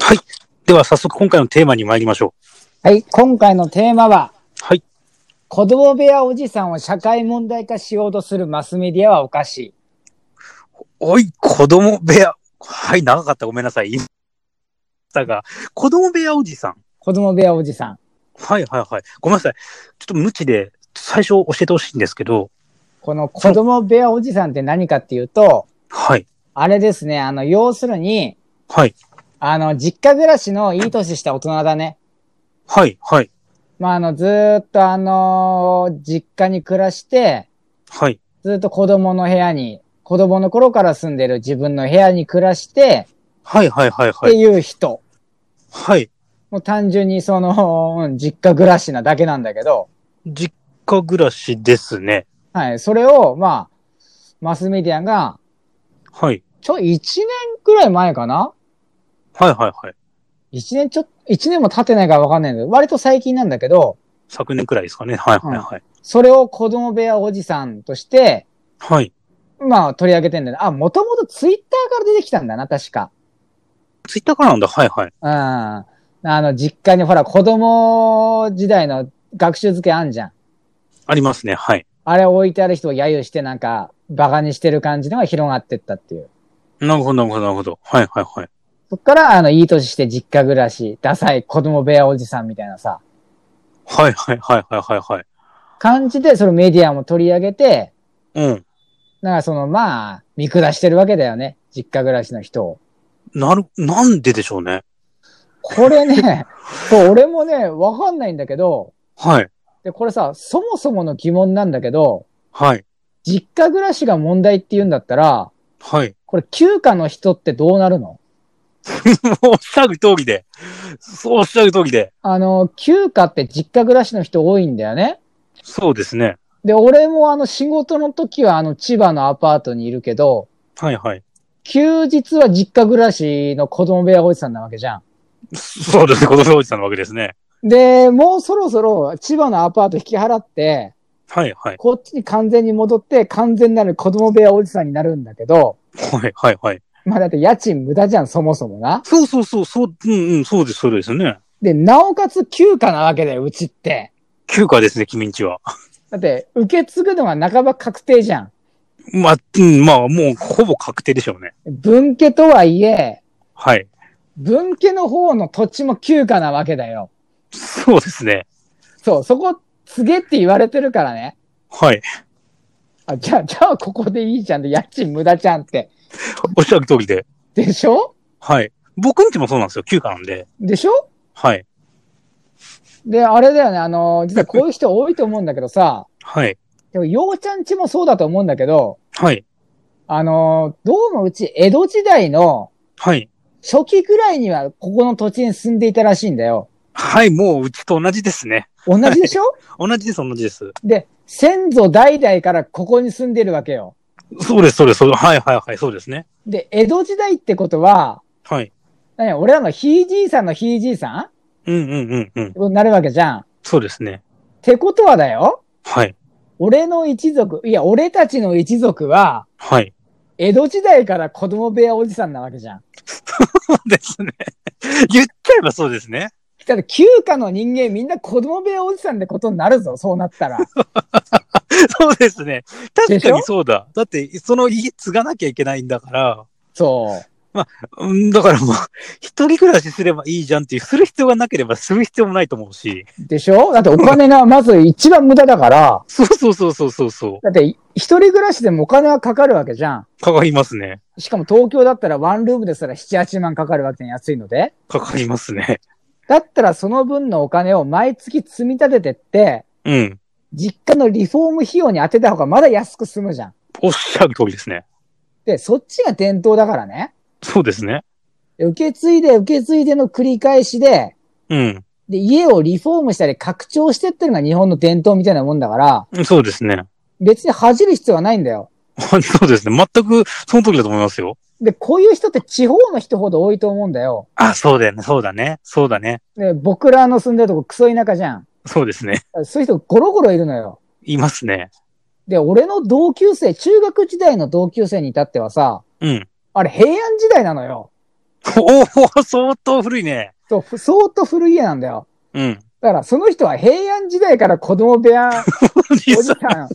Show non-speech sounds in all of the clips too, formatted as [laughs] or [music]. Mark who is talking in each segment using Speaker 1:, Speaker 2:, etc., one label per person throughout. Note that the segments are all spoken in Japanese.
Speaker 1: はい。では早速今回のテーマに参りましょ
Speaker 2: はい、今回のテーマは、
Speaker 1: う。はい。
Speaker 2: 子供部屋おじさんを社会問題化しようとするマスメディアはおかしい。
Speaker 1: おい、子供部屋。はい、長かった。ごめんなさい。言いましたが、子供部屋おじさん。
Speaker 2: 子供部屋おじさん。
Speaker 1: はいはいはい。ごめんなさい。ちょっと無知で、最初教えてほしいんですけど、
Speaker 2: この子供部屋おじさんって何かっていうと、
Speaker 1: はい。
Speaker 2: あれですね、あの、要するに、
Speaker 1: はい。
Speaker 2: あの、実家暮らしのいい年した大人だね。
Speaker 1: はい。はい。
Speaker 2: まあ、あの、ずーっとあのー実家に暮らして、
Speaker 1: はい。
Speaker 2: ずーっと子供の部屋に、子供の頃から住んでる自分の部屋に暮らして、
Speaker 1: はいはいはい
Speaker 2: っ
Speaker 1: は
Speaker 2: て
Speaker 1: い。
Speaker 2: いう人。
Speaker 1: はい。
Speaker 2: もう単純にその、うん実家暮らしなだけなんだけど、
Speaker 1: 実家暮らしですね。
Speaker 2: はい。それを、まあ、マスメディアが、
Speaker 1: はい。
Speaker 2: ちょ、一年くらい前かな
Speaker 1: はいはいはい。
Speaker 2: 一年ちょ、一年も経ってないからわかんないけど、割と最近なんだけど、
Speaker 1: 昨年くらいですかね。はいはいはい。
Speaker 2: それを子供部屋おじさんとして、
Speaker 1: はい。
Speaker 2: まあ取り上げてんだよね。あ、もともとツイッターから出てきたんだな、確か。
Speaker 1: ツイッターからなんだ。はいはい。
Speaker 2: うん。あの、実家にほら、子供時代の学習付けあんじゃん。
Speaker 1: ありますね。はい。
Speaker 2: あれ置いてある人を揶揄してなんか、バカにしてる感じのが広がってったっていう。
Speaker 1: なるほどなるほどなるほど。はいはいはい。
Speaker 2: そっから、あの、いい年して実家暮らし、ダサい子供部屋おじさんみたいなさ、
Speaker 1: はいはいはいはいはいはい。
Speaker 2: 感じで、そのメディアも取り上げて、
Speaker 1: うん。
Speaker 2: なんかその、まあ、見下してるわけだよね。実家暮らしの人を。
Speaker 1: なる、なんででしょうね。
Speaker 2: これね、これ俺もね、わかんないんだけど、
Speaker 1: はい。
Speaker 2: で、これさ、そもそもの疑問なんだけど、
Speaker 1: はい。
Speaker 2: 実家暮らしが問題って言うんだったら、
Speaker 1: はい。 [laughs]
Speaker 2: これ、休暇の人ってどうなるの
Speaker 1: おっしゃる通りで。そうおっしゃる通りで。
Speaker 2: あの、休暇って実家暮らしの人多いんだよね。
Speaker 1: そうですね。
Speaker 2: で、俺もあの、仕事の時はあの、千葉のアパートにいるけど、
Speaker 1: はいはい。
Speaker 2: 休日は実家暮らしの子供部屋おじさんなわけじゃ
Speaker 1: そうですね。子供おじさんのわけですね。
Speaker 2: ん。で、もうそろそろ千葉のアパート引き払って、
Speaker 1: はいはい。
Speaker 2: こっちに完全に戻って完全なる子供部屋おじさんになるんだけど、
Speaker 1: はいはいはい。
Speaker 2: まあだって家賃無駄じゃん、そもそもな。
Speaker 1: そうそうそう、そう、うんうん、そうです、そうですね。
Speaker 2: で、なおかつ休暇なわけだよ、うちって。
Speaker 1: 休暇ですね、君んちは。
Speaker 2: だって、受け継ぐのが半ば確定じゃん。
Speaker 1: まあ、うん、まあ、もうほぼ確定でしょうね。
Speaker 2: 分家とはいえ、
Speaker 1: はい。
Speaker 2: 分家の方の土地も休暇なわけだよ。
Speaker 1: そうですね。
Speaker 2: そう、そこ、継げって言われてるからね。
Speaker 1: はい。
Speaker 2: あ、じゃあ、じゃあここでいいじゃんで、家賃無駄じゃんって。
Speaker 1: おっしゃる通りで。
Speaker 2: でしょ
Speaker 1: はい。僕んちもそうなんですよ、休暇なんで。
Speaker 2: でしょ
Speaker 1: はい。
Speaker 2: で、あれだよね、あの、実はこういう人多いと思うんだけどさ、 [laughs]
Speaker 1: はい。
Speaker 2: でも、ようちゃんちもそうだと思うんだけど、
Speaker 1: はい。
Speaker 2: あの、どうもうち江戸時代の
Speaker 1: はい。
Speaker 2: 初期くらいにはここの土地に住んでいたらしいんだよ。
Speaker 1: はい、もううちと同じですね。
Speaker 2: 同じでしょ
Speaker 1: 同じです、同じです。
Speaker 2: で、先祖代々からここに住んでるわけよ。
Speaker 1: そうです、そうです、そうですはいはいはい、そうですね。
Speaker 2: で、江戸時代ってことは、
Speaker 1: はい。
Speaker 2: 何俺らのひいじいさんのひいじいさんっ
Speaker 1: う
Speaker 2: て
Speaker 1: んうんうんうん。
Speaker 2: ことになるわけじゃん。っ
Speaker 1: そうですね。
Speaker 2: てことはだよ、
Speaker 1: はい。
Speaker 2: 俺の一族、いや、俺たちの一族は、
Speaker 1: はい。 [laughs]
Speaker 2: 江戸時代から子供部屋おじさんなわけじゃん。
Speaker 1: そうですね。 [laughs] 言っちゃえばそうですね。 [laughs]
Speaker 2: だって休暇の人間みんな子供部屋おじさんってことになるぞ、そうなったら。
Speaker 1: そうですね。確
Speaker 2: で
Speaker 1: か
Speaker 2: しょ
Speaker 1: にそうだ。だって、その家継がなきゃいけないんだから、
Speaker 2: そ
Speaker 1: うん、だからもう、 [laughs] 一人暮らしすればいいじゃんっていう、する必要がなければする必要もないと思うし。
Speaker 2: う。でしょだってお金がまず一番無駄だから、
Speaker 1: そうそうそうそうそうそ
Speaker 2: だってい一人暮らしでもお金はかかるわけじゃん。
Speaker 1: う。かかりますね。
Speaker 2: しかも東京だったらワンルームですら7、8万かかるわけに安いので。
Speaker 1: かかりますね。
Speaker 2: だったらその分のお金を毎月積み立ててって、
Speaker 1: うん。
Speaker 2: 実家のリフォーム費用に当てた方がまだ安く済むじゃん。
Speaker 1: おっしゃる通りですね。
Speaker 2: で、そっちが伝統だからね。
Speaker 1: そうですね。
Speaker 2: で受け継いで受け継いでの繰り返しで、
Speaker 1: うん。
Speaker 2: で、家をリフォームしたり拡張してってるのが日本の伝統みたいなもんだから、
Speaker 1: そうですね。 [laughs]
Speaker 2: 別に恥じる必要はないんだよ。
Speaker 1: そうですね。全くその時だと思いますよ。
Speaker 2: で、こういう人って地方の人ほど多いと思うんだよ。
Speaker 1: あ、そうだよね。そうだね。そうだね。
Speaker 2: で、僕らの住んでるとこクソ田舎じゃん。
Speaker 1: そうですね。
Speaker 2: そういう人ゴロゴロいるのよ。
Speaker 1: いますね。
Speaker 2: で、俺の同級生、中学時代の同級生に至ってはさ、
Speaker 1: うん。
Speaker 2: あれ平安時代なのよ。
Speaker 1: おお、相当古いね。
Speaker 2: そうふ相当古い家なんだよ。
Speaker 1: うん。
Speaker 2: だから、その人は平安時代から子供部屋、
Speaker 1: [laughs] おじ
Speaker 2: おじ
Speaker 1: さ
Speaker 2: さ
Speaker 1: ん
Speaker 2: ん、
Speaker 1: が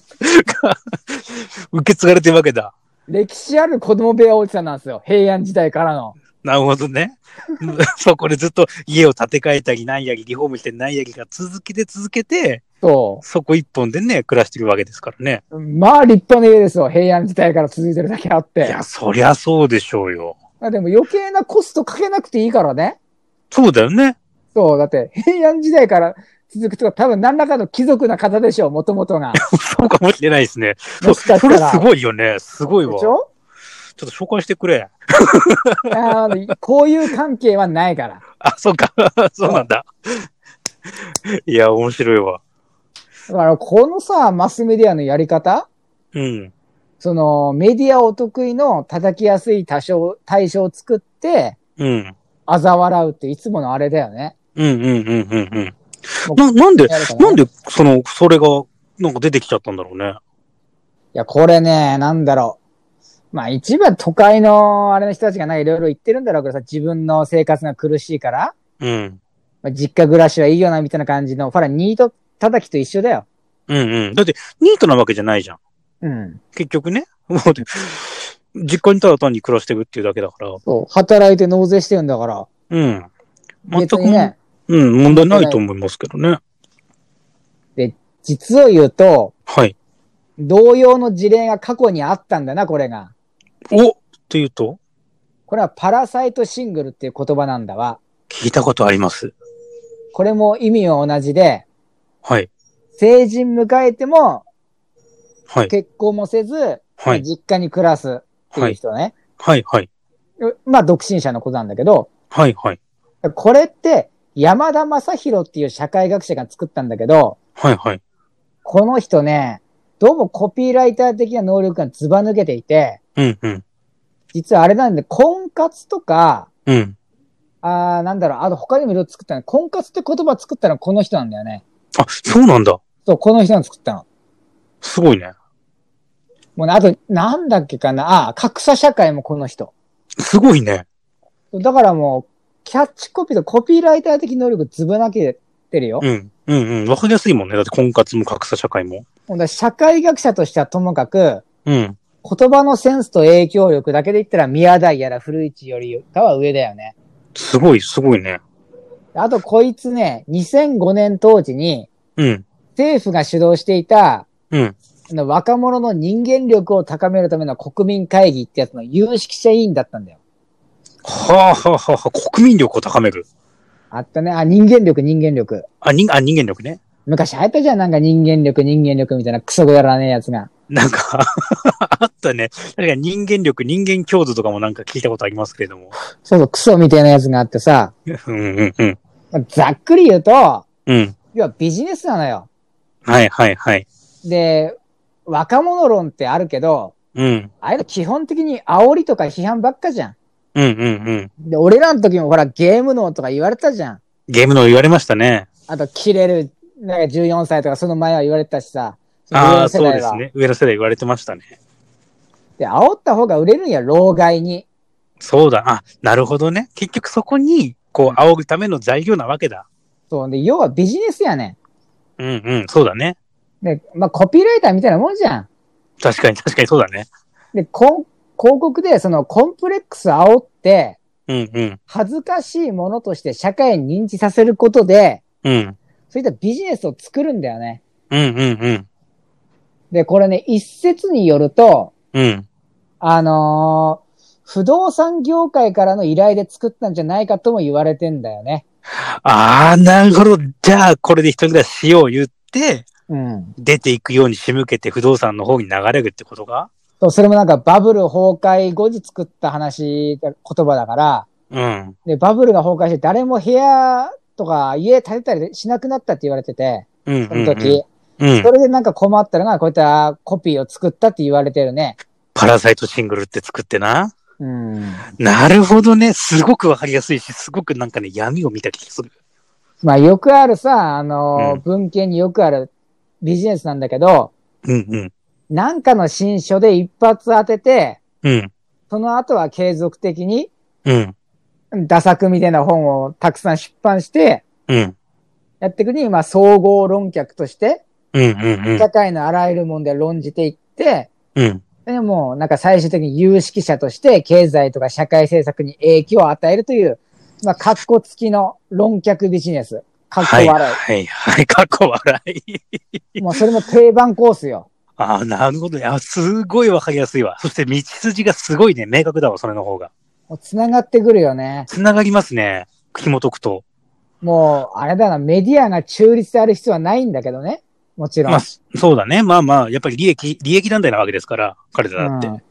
Speaker 1: 受け継がれてるわけだ。
Speaker 2: 歴史ある子供部屋おじさんなんですよ。平安時代からの。
Speaker 1: なるほどね。 [laughs] そこでずっと家を建て替えたり、なんやり、リフォームしてなんやりが続けて続けて、
Speaker 2: そ
Speaker 1: そこ一本でね、暮らしてるわけですからね。
Speaker 2: う。まあ、立派な家ですよ。平安時代から続いてるだけあっ
Speaker 1: い
Speaker 2: て
Speaker 1: や、。そりゃそうでしょうよ。
Speaker 2: まあでも余計なコストかけなくていいからね。
Speaker 1: そうだよね。
Speaker 2: そう、だって平安時代から続くとか、多分何らかの貴族な方でしょう、もともとが。
Speaker 1: そうかもしれないですね。そ
Speaker 2: も
Speaker 1: う、
Speaker 2: しかし
Speaker 1: そ
Speaker 2: た
Speaker 1: れ
Speaker 2: ら。
Speaker 1: すごいよね。すごいわ。
Speaker 2: で
Speaker 1: ち
Speaker 2: し
Speaker 1: ょっと
Speaker 2: ょ
Speaker 1: 紹介してくれ。
Speaker 2: あのこういう関係はないから。
Speaker 1: あ、そうか。 [laughs] そうなんだ。いや、面白いわ。
Speaker 2: だから、このさ、マスメディアのやり方
Speaker 1: うん。
Speaker 2: その、メディアお得意の叩きやすい多少対象を作って、
Speaker 1: うん。
Speaker 2: 嘲笑うっていつものあれだよね。
Speaker 1: うんうんうんうんうん。
Speaker 2: もう
Speaker 1: な、なんで、
Speaker 2: やるかな
Speaker 1: なんで、その、それが、なんか出てきちゃったんだろうね。
Speaker 2: いや、これね、なんだろう。まあ、一番都会のあれの人たちがなんかいろいろ言ってるんだろうけどさ、自分の生活が苦しいから、
Speaker 1: うん。
Speaker 2: まあ、実家暮らしはいいよな、みたいな感じの、ほら、ニート叩きと一緒だよ。
Speaker 1: うんうん。だって、ニートなわけじゃないじゃん。
Speaker 2: うん。
Speaker 1: 結局ね。 [laughs] もうで実家にただ単に暮らしてるっていうだけだから。
Speaker 2: そう。働いて納税してるんだから。
Speaker 1: うん。全
Speaker 2: 別
Speaker 1: く、
Speaker 2: にね、
Speaker 1: うん、問題ないと思いますけどね。
Speaker 2: 実を言うと、
Speaker 1: はい。
Speaker 2: 同様の事例が過去にあったんだな、これが。
Speaker 1: おっていうと、
Speaker 2: これはパラサイトシングルっていう言葉なんだわ。
Speaker 1: 聞いたことあります。
Speaker 2: これも意味は同じで、
Speaker 1: はい。
Speaker 2: 成人迎えても
Speaker 1: はい。
Speaker 2: 結婚もせず、
Speaker 1: はい。
Speaker 2: 実家に暮らすって
Speaker 1: は
Speaker 2: いう
Speaker 1: い。
Speaker 2: 人ね。
Speaker 1: はい。はい。
Speaker 2: まあ、独身者のことなんだけど、
Speaker 1: はい。はい。
Speaker 2: これって、山田正宏っていう社会学者が作ったんだけど、
Speaker 1: はい。はい。
Speaker 2: この人ね、どうもコピーライター的な能力がずば抜けていて、
Speaker 1: うん。うん。
Speaker 2: 実はあれなんで、婚活とか、
Speaker 1: うん。
Speaker 2: あーなんだろう、あと他にもいろいろ作ったの。婚活って言葉作ったのはこの人なんだよね。
Speaker 1: あ、そうなんだ。
Speaker 2: そう、この人が作ったの。
Speaker 1: すごいね。
Speaker 2: もうね、あと、なんだっけかな、あー格差社会もこの人。
Speaker 1: すごいね。
Speaker 2: だからもう、キャッチコピーとコピーライター的能力ずば抜けてるよ。
Speaker 1: うん。うんうん。わかりやすいもんね。だって婚活も格差社会も。
Speaker 2: ほんで社会学者としてはともかく、
Speaker 1: うん。
Speaker 2: 言葉のセンスと影響力だけで言ったら宮台やら古市よりかは上だよね。
Speaker 1: すごい、すごいね。
Speaker 2: あとこいつね、2005年当時に
Speaker 1: うん。
Speaker 2: 政府が主導していた、
Speaker 1: うん。
Speaker 2: あの若者の人間力を高めるための国民会議ってやつの有識者委員だったんだよ。
Speaker 1: はあはあはあはあ、国民力を高める。
Speaker 2: あったね。あ、人間力、人間力。
Speaker 1: あ、人、あ、人間力ね。
Speaker 2: 昔流行ったじゃん。なんか人間力、人間力みたいなクソくだらねえやつが。
Speaker 1: なんか、 [laughs] あったね。なんか人間力、人間強度とかもなんか聞いたことありますけれども。
Speaker 2: そうそう、クソみたいなやつがあってさ。
Speaker 1: うんうんうん。
Speaker 2: まあざっくり言うと、
Speaker 1: うん。
Speaker 2: 要はビジネスなのよ。
Speaker 1: はいはいはい。
Speaker 2: で、若者論ってあるけど、
Speaker 1: うん。
Speaker 2: ああいうの基本的に煽りとか批判ばっかじゃん。
Speaker 1: うんうんうん。
Speaker 2: で、俺らの時もほらゲーム脳とか言われたじゃん。
Speaker 1: ゲームの言われましたね。
Speaker 2: あと、切れる、なんか14歳とかその前は言われたしさ。
Speaker 1: ああ、
Speaker 2: その
Speaker 1: そうで
Speaker 2: 上の世代は
Speaker 1: す。ね。上の世代言われてましたね。
Speaker 2: で、煽った方が売れるんや、老害に。
Speaker 1: そうだ。あ、なるほどね。結局そこに、こう、煽るための材料なわけだ。
Speaker 2: そう。で、要はビジネスやね
Speaker 1: うんうん。そうだね。
Speaker 2: ん。で、まあ、コピーライターみたいなもんじゃん。
Speaker 1: 確かに確かにそうだね。
Speaker 2: で、こん広告でそのコンプレックス煽って、
Speaker 1: うんうん。
Speaker 2: 恥ずかしいものとして社会に認知させることで、
Speaker 1: うん。
Speaker 2: そういったビジネスを作るんだよね。
Speaker 1: うんうん
Speaker 2: で、これね、一説によると、
Speaker 1: うん。うん。
Speaker 2: あのー不動産業界からの依頼で作ったんじゃないかとも言われてんだよね。
Speaker 1: ああ、なるほど。じゃあ、これで一人暮らししよう言って、
Speaker 2: うん。
Speaker 1: 出ていくように仕向けて不動産の方に流れるってことか
Speaker 2: と、それもなんかバブル崩壊後に作った話、言葉だから、
Speaker 1: うん。
Speaker 2: で、バブルが崩壊して誰も部屋とか家建てたりしなくなったって言われてて、
Speaker 1: うん
Speaker 2: そ
Speaker 1: うん
Speaker 2: の時。
Speaker 1: うん
Speaker 2: そ。れでなんか困ったのが、こういったコピーを作ったって言われてるね。
Speaker 1: パラサイトシングルって作ってな。
Speaker 2: うん。
Speaker 1: なるほどね。すごくわかりやすいし、すごくなんかね、闇を見た気がする。
Speaker 2: まあ、よくあるさ、あのー
Speaker 1: うん
Speaker 2: 文献によくあるビジネスなんだけど、
Speaker 1: うんうん。
Speaker 2: なんかの新書で一発当てて、
Speaker 1: うん。
Speaker 2: その後は継続的に
Speaker 1: うん。
Speaker 2: 打作みたいな本をたくさん出版して、
Speaker 1: うん。
Speaker 2: やっていくに、まあ、総合論客として、
Speaker 1: うんうんうん
Speaker 2: 社会のあらゆる問題を論じていって、
Speaker 1: うん。
Speaker 2: でも、なんか最終的に有識者として、経済とか社会政策に影響を与えるという、まあ、格好付きの論客ビジネス。格好
Speaker 1: はい
Speaker 2: 笑い。
Speaker 1: はいはい。かっこ笑い。
Speaker 2: もうそれも定番コースよ。
Speaker 1: ああ、なるほどね。あ、すごいわかりやすいわ。そして道筋がすごいね、明確だわ、それの方が。
Speaker 2: もう繋がってくるよね。
Speaker 1: つながりますね。紐解くと。
Speaker 2: もう、あれだな、メディアが中立である必要はないんだけどね。もちろん。
Speaker 1: まあ、そうだね。まあまあ、やっぱり利益、利益団体なわけですから、彼らだって。
Speaker 2: うん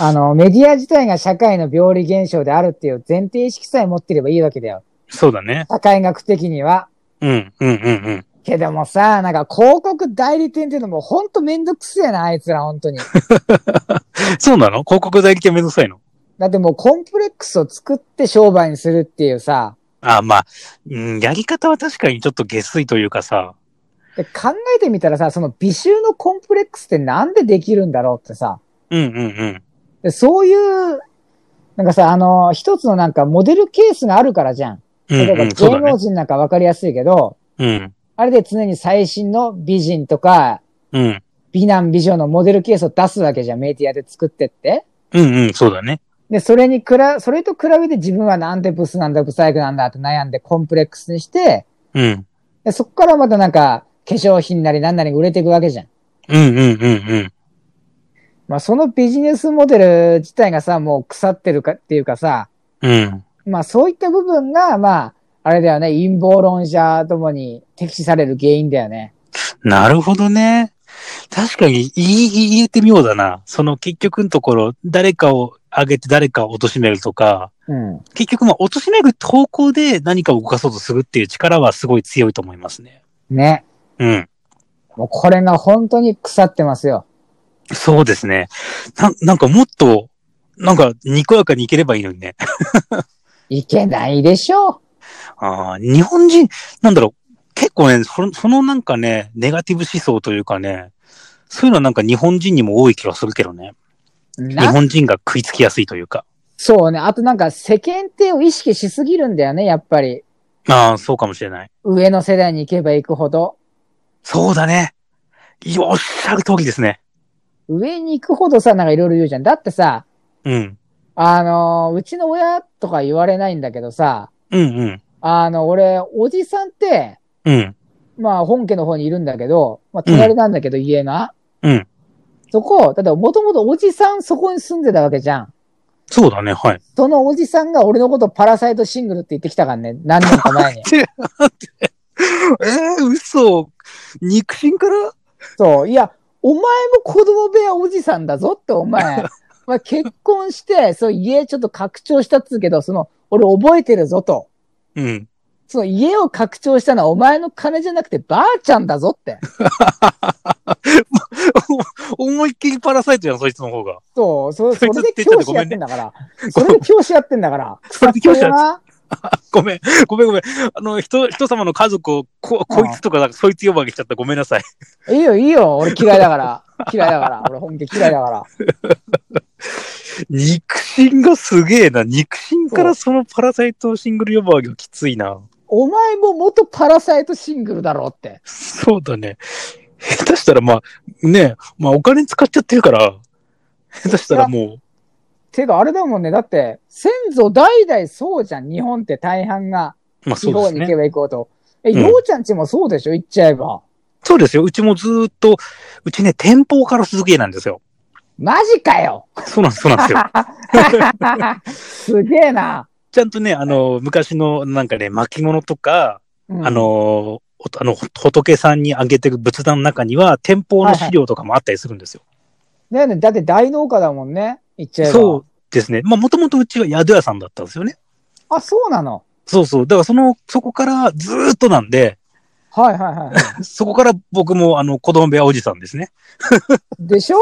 Speaker 2: あの、メディア自体が社会の病理現象であるっていう前提意識さえ持ってればいいわけだよ。
Speaker 1: そうだね。
Speaker 2: 社会学的には。
Speaker 1: うん、うん、うん、
Speaker 2: けどもさ、なんか広告代理店っていうのもほんとめんどくせえな、あいつら本当に。
Speaker 1: う
Speaker 2: [laughs]
Speaker 1: ん。そうなの広告代理店めんどくさいの
Speaker 2: だってもうコンプレックスを作って商売にするっていうさ、
Speaker 1: ああ、まあ、うん、やり方は確かにちょっと下水というかさ。
Speaker 2: で考えてみたらさ、その美醜のコンプレックスってなんでできるんだろうってさ、
Speaker 1: うん、うん、うん。
Speaker 2: でそういう、なんかさ、あの、一つのなんかモデルケースがあるからじゃん。
Speaker 1: うん
Speaker 2: 例え、
Speaker 1: う
Speaker 2: ば
Speaker 1: ん、そう
Speaker 2: 芸
Speaker 1: だね
Speaker 2: 能。人なんかわかりやすいけど、
Speaker 1: うん、
Speaker 2: あれで常に最新の美人とか、
Speaker 1: うん、
Speaker 2: 美男美女のモデルケースを出すわけじゃん、メディアで作ってって。
Speaker 1: うん、うん、そうだね。
Speaker 2: で、それにくら、それと比べて自分はなんでブスなんだ、ブサイクなんだって悩んでコンプレックスにして、
Speaker 1: うん、
Speaker 2: でそこからまたなんか、化粧品なりなんなり売れていくわけじゃん。
Speaker 1: うん、うん、うん、うん。
Speaker 2: まあ、そのビジネスモデル自体がさ、もう腐ってるかっていうかさ、
Speaker 1: うん、
Speaker 2: まあ、そういった部分が、まあ、あれだよね、陰謀論者ともに敵視される原因だよね。
Speaker 1: なるほどね。確かに、言い、言えてみようだな。その結局のところ、誰かを上げて誰かを貶めるとか、
Speaker 2: うん。
Speaker 1: 結局まあ、貶める方向で何かを動かそうとするっていう力はすごい強いと思いますね。
Speaker 2: ね。
Speaker 1: うん。
Speaker 2: もうこれが本当に腐ってますよ。
Speaker 1: そうですね。な、なんかもっと、なんか、にこやかにいければいいのにね。
Speaker 2: いけないでしょ
Speaker 1: ああ、日本人、なんだろう、結構ね、その、そのなんかね、ネガティブ思想というかね、そういうのはなんか日本人にも多い気はするけどね。
Speaker 2: う。
Speaker 1: 日
Speaker 2: な、
Speaker 1: 本人が食いつきやすいというか。
Speaker 2: そうね。あとなんか世間体を意識しすぎるんだよね、やっぱり。
Speaker 1: ああ、そうかもしれない。
Speaker 2: 上の世代に行けば行くほど。
Speaker 1: そうだね。いやおっしゃる通りですね。
Speaker 2: 上に行くほどさ、なんかいろいろ言うじゃん。だってさ、
Speaker 1: うん。
Speaker 2: あのーうちの親とか言われないんだけどさ、
Speaker 1: うんうん。
Speaker 2: あの、俺、おじさんって、
Speaker 1: うん。
Speaker 2: まあ、本家の方にいるんだけど、まあ、隣なんだけど、家が。
Speaker 1: うん。
Speaker 2: そこ、だって、もともとおじさんそこに住んでたわけじゃん。
Speaker 1: そうだね、はい。。
Speaker 2: そのおじさんが俺のことパラサイトシングルって言ってきたからね、何年か前に
Speaker 1: えー、嘘。肉親から
Speaker 2: そう、いや、お前も子供部屋おじさんだぞって、お前。まあ、結婚して、そう、家ちょっと拡張したっつうけど、その、俺覚えてるぞと。
Speaker 1: うん。
Speaker 2: その家を拡張したのはお前の金じゃなくてばあちゃんだぞって。
Speaker 1: [laughs] 思いっきりパラサイトじゃん、そいつの方が。
Speaker 2: そう、そそ
Speaker 1: そい
Speaker 2: れ
Speaker 1: つ
Speaker 2: で教師やってんだから。それで教師やってんだから。
Speaker 1: それで教師
Speaker 2: [laughs]
Speaker 1: [laughs] やっ
Speaker 2: な。
Speaker 1: ごめん、ごめん、ごめん。あの、人、人様の家族を、こ、こいつとか、なんかそいつ呼ばわりしちゃった。ごめんなさい。
Speaker 2: いいよ、いいよ。俺嫌いだから。嫌いだから。俺本家嫌いだから。
Speaker 1: 肉親がすげえな。肉親からそのパラサイトシングル呼ばわりはきついな。
Speaker 2: お前も元パラサイトシングルだろうって。
Speaker 1: そうだね。下手したらまあ、ねまあお金使っちゃってるから、下手したらも
Speaker 2: てかあれだもんね。だって、先祖代々そうじゃん。日本って大半が
Speaker 1: う、まあそ
Speaker 2: 地
Speaker 1: うで
Speaker 2: 方
Speaker 1: す
Speaker 2: に
Speaker 1: ね
Speaker 2: 行け。ば行こうと。え、
Speaker 1: うん
Speaker 2: ようちゃんちもそうでしょ行っちゃえば。
Speaker 1: そうですよ。うちもずーっと、うちね、店舗からすげえなんですよ。
Speaker 2: マジか
Speaker 1: [laughs]
Speaker 2: よ
Speaker 1: そうなんです、そうなん
Speaker 2: [laughs]
Speaker 1: ですよ。
Speaker 2: すげえな。
Speaker 1: ちゃんとね、あの、昔のなんかね、巻物とか、
Speaker 2: うん
Speaker 1: あの、おあの、仏さんにあげてる仏壇の中には、店舗の資料とかもあったりするんですよ。
Speaker 2: だよね。だって大農家だもんね。言っちゃえば。
Speaker 1: そうですね。まあ、もともとうちは宿屋さんだったんですよね。
Speaker 2: あ、そうなの。
Speaker 1: そうそう。だからその、そこからずーっとなんで、
Speaker 2: はいはいはいはい。
Speaker 1: そこから僕もあの、子供部屋おじさんですね。 [laughs]
Speaker 2: でしょ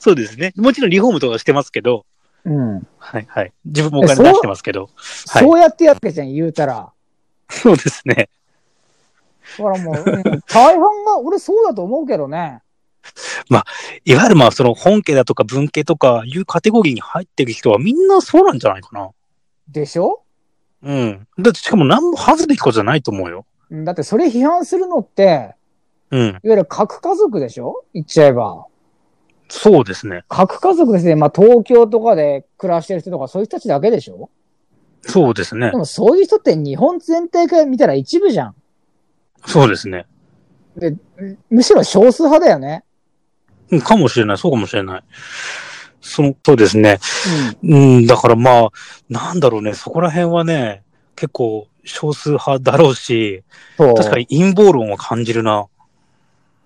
Speaker 1: そうですね。もちろんリフォームとかしてますけど、
Speaker 2: うん、
Speaker 1: はいはい。自分もお金出してますけど。はい
Speaker 2: そうやってやってじゃん、言うたら。
Speaker 1: そうですね。
Speaker 2: ほらもう、うん大半が、俺そうだと思うけどね。
Speaker 1: いわゆるまあその本家だとか文系とかいうカテゴリーに入ってる人はみんなそうなんじゃないかな。
Speaker 2: でしょ
Speaker 1: うん。だってしかも何も恥ずべきことじゃないと思うよ。
Speaker 2: うんだってそれ批判するのって、
Speaker 1: うん。
Speaker 2: いわゆる核家族でしょ言っちゃえば。
Speaker 1: そうですね。
Speaker 2: 核家族ですね。まあ東京とかで暮らしてる人とかそういう人たちだけでしょ
Speaker 1: そうですね
Speaker 2: で。もそういう人って日本全体から見たら一部じゃん。
Speaker 1: そうですね。
Speaker 2: むしろ少数派だよね。
Speaker 1: うんかもしれない。そうかもしれない。その、そうですね。
Speaker 2: うん。
Speaker 1: うん、だからまあ、なんだろうね。そこら辺はね、結構少数派だろうし、
Speaker 2: そう。
Speaker 1: 確かに陰謀論は感じるな。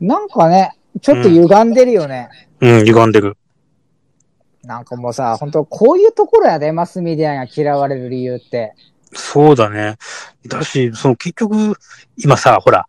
Speaker 2: なんかね、ちょっと歪んでるよね。
Speaker 1: うん、歪んでる。
Speaker 2: なんかもうさ、本当こういうところやで、マスメディアが嫌われる理由って。
Speaker 1: そうだね。だし、その結局、今さ、ほら、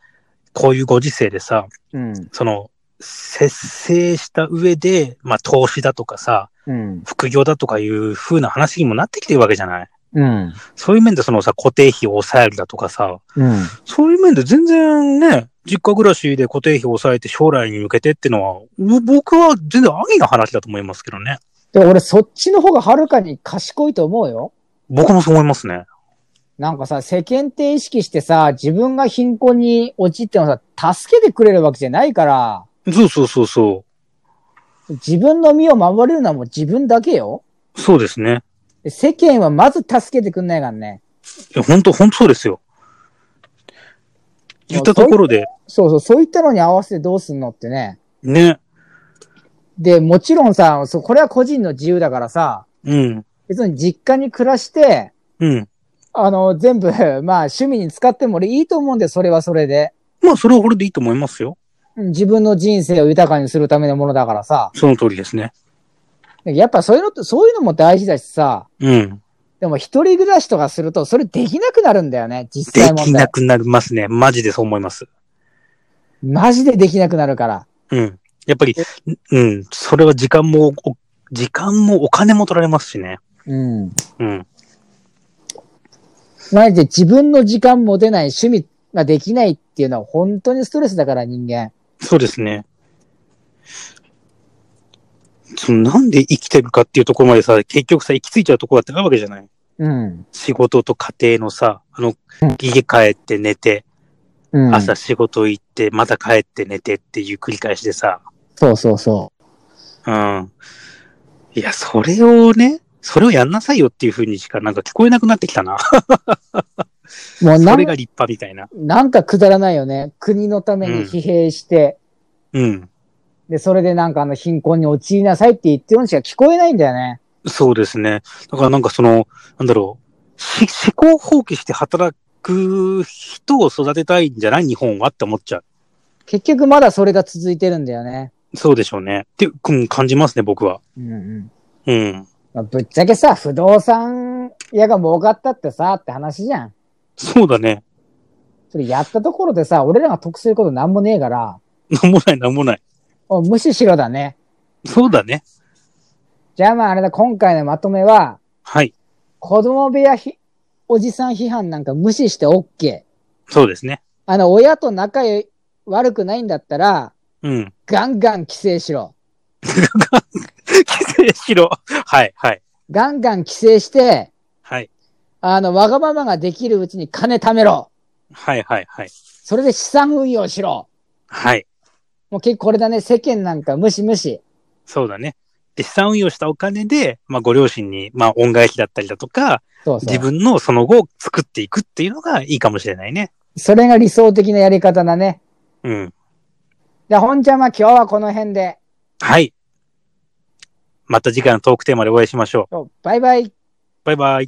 Speaker 1: こういうご時世でさ、
Speaker 2: うん。
Speaker 1: その、節制した上で、まあ投資だとかさ、
Speaker 2: うん。
Speaker 1: 副業だとかいう風な話にもなってきてるわけじゃない
Speaker 2: うん。
Speaker 1: そういう面でそのさ、固定費を抑えるだとかさ、
Speaker 2: うん。
Speaker 1: そういう面で全然ね、実家暮らしで固定費を抑えて将来に向けてってのは、う僕は全然ありな話だと思いますけどね。
Speaker 2: で、俺そっちの方がはるかに賢いと思うよ。
Speaker 1: 僕もそう思いますね。
Speaker 2: なんかさ、世間体意識してさ、自分が貧困に陥ってもさ、助けてくれるわけじゃないから、
Speaker 1: そうそうそうそ
Speaker 2: 自分の身を守れるのはもう自分だけよ。
Speaker 1: う。そうですね。
Speaker 2: で世間はまず助けてくんないからね。
Speaker 1: いや、本当本当そうですよ。言ったところで、
Speaker 2: そうそう、そういったのに合わせてどうすんのってね。
Speaker 1: ね。で
Speaker 2: で、もちろんさ、そう、これは個人の自由だからさ、
Speaker 1: うん。
Speaker 2: 別に実家に暮らして、
Speaker 1: うん。
Speaker 2: あの、全部、 [laughs] まあ、趣味に使っても俺いいと思うんで、それはそれで。
Speaker 1: まあ、それはこれでいいと思いますよ。
Speaker 2: うん自分の人生を豊かにするためのものだからさ。
Speaker 1: その通りですね。
Speaker 2: やっぱそういうのって、そういうのも大事だしさ、
Speaker 1: うん。
Speaker 2: でも一人暮らしとかすると、それできなくなるんだよね、実
Speaker 1: で
Speaker 2: 際問
Speaker 1: きな
Speaker 2: 題。
Speaker 1: くなりますね。マジでそう思います。
Speaker 2: マジでできなくなるから。
Speaker 1: うん。やっぱり、うん。それは時間も、お時間もお金も取られますしね。
Speaker 2: うん。
Speaker 1: うん。
Speaker 2: マジで自分の時間も出ない、趣味ができないっていうのは本当にストレスだから、人間。
Speaker 1: そうですね。そのなんで生きてるかっていうところまでさ、結局さ、行き着いちゃうところだってあるわけじゃない
Speaker 2: うん。
Speaker 1: 仕事と家庭のさ、あの
Speaker 2: うん、
Speaker 1: 家帰って寝て、
Speaker 2: うん。
Speaker 1: 朝仕事行って、また帰って寝てっていう繰り返しでさ、
Speaker 2: そうそうそ
Speaker 1: うん。いや、それをね、それをやんなさいよっていう風にしかなんか聞こえなくなってきたな。
Speaker 2: う。もうな
Speaker 1: それ
Speaker 2: ん
Speaker 1: が立派みたいな。
Speaker 2: なんかくだらないよね。国のために疲弊して、
Speaker 1: うん。
Speaker 2: で、それでなんかあの貧困に陥りなさいって言ってるのしか聞こえないんだよね。
Speaker 1: そうですね。だからなんかその、なんだろう、し思考放棄して働く人を育てたいんじゃない日本はって思っちゃう。
Speaker 2: 結局まだそれが続いてるんだよね。
Speaker 1: そうでしょうね。って、うん、感じますね、僕は。
Speaker 2: うんうん。
Speaker 1: うん。
Speaker 2: まあぶっちゃけさ、不動産屋が儲かったってさ、って話じゃん。
Speaker 1: そうだね。
Speaker 2: それやったところでさ、俺らが得することなんもねえから、
Speaker 1: なんもない、なんもない。
Speaker 2: お無視しろだね。
Speaker 1: そうだね。
Speaker 2: じゃあまああれだ、今回のまとめは、
Speaker 1: はい。
Speaker 2: 子供部屋ひ、おじさん批判なんか無視して OK。
Speaker 1: そうですね。
Speaker 2: あの、親と仲よ悪くないんだったら、
Speaker 1: うん。 [laughs]
Speaker 2: ガンガン帰省しろ。
Speaker 1: 規制しろ。はい、はい。
Speaker 2: ガンガン帰省して、
Speaker 1: はい。
Speaker 2: あの、わがままができるうちに金貯めろ。
Speaker 1: はい、はい、はい。
Speaker 2: それで資産運用しろ。
Speaker 1: はい。
Speaker 2: もう結構これだね、世間なんか無視無視。
Speaker 1: そうだね。で、資産運用したお金で、まあ、ご両親に、まあ、恩返しだったりだとか、
Speaker 2: そうそう。
Speaker 1: 自分のその後を作っていくっていうのがいいかもしれないね。
Speaker 2: それが理想的なやり方だね。
Speaker 1: うん。
Speaker 2: じゃあ、本ちゃんは今日はこの辺で。
Speaker 1: はい。また次回のトークテーマでお会いしましょう。
Speaker 2: そうバイバイ。
Speaker 1: バイバイ。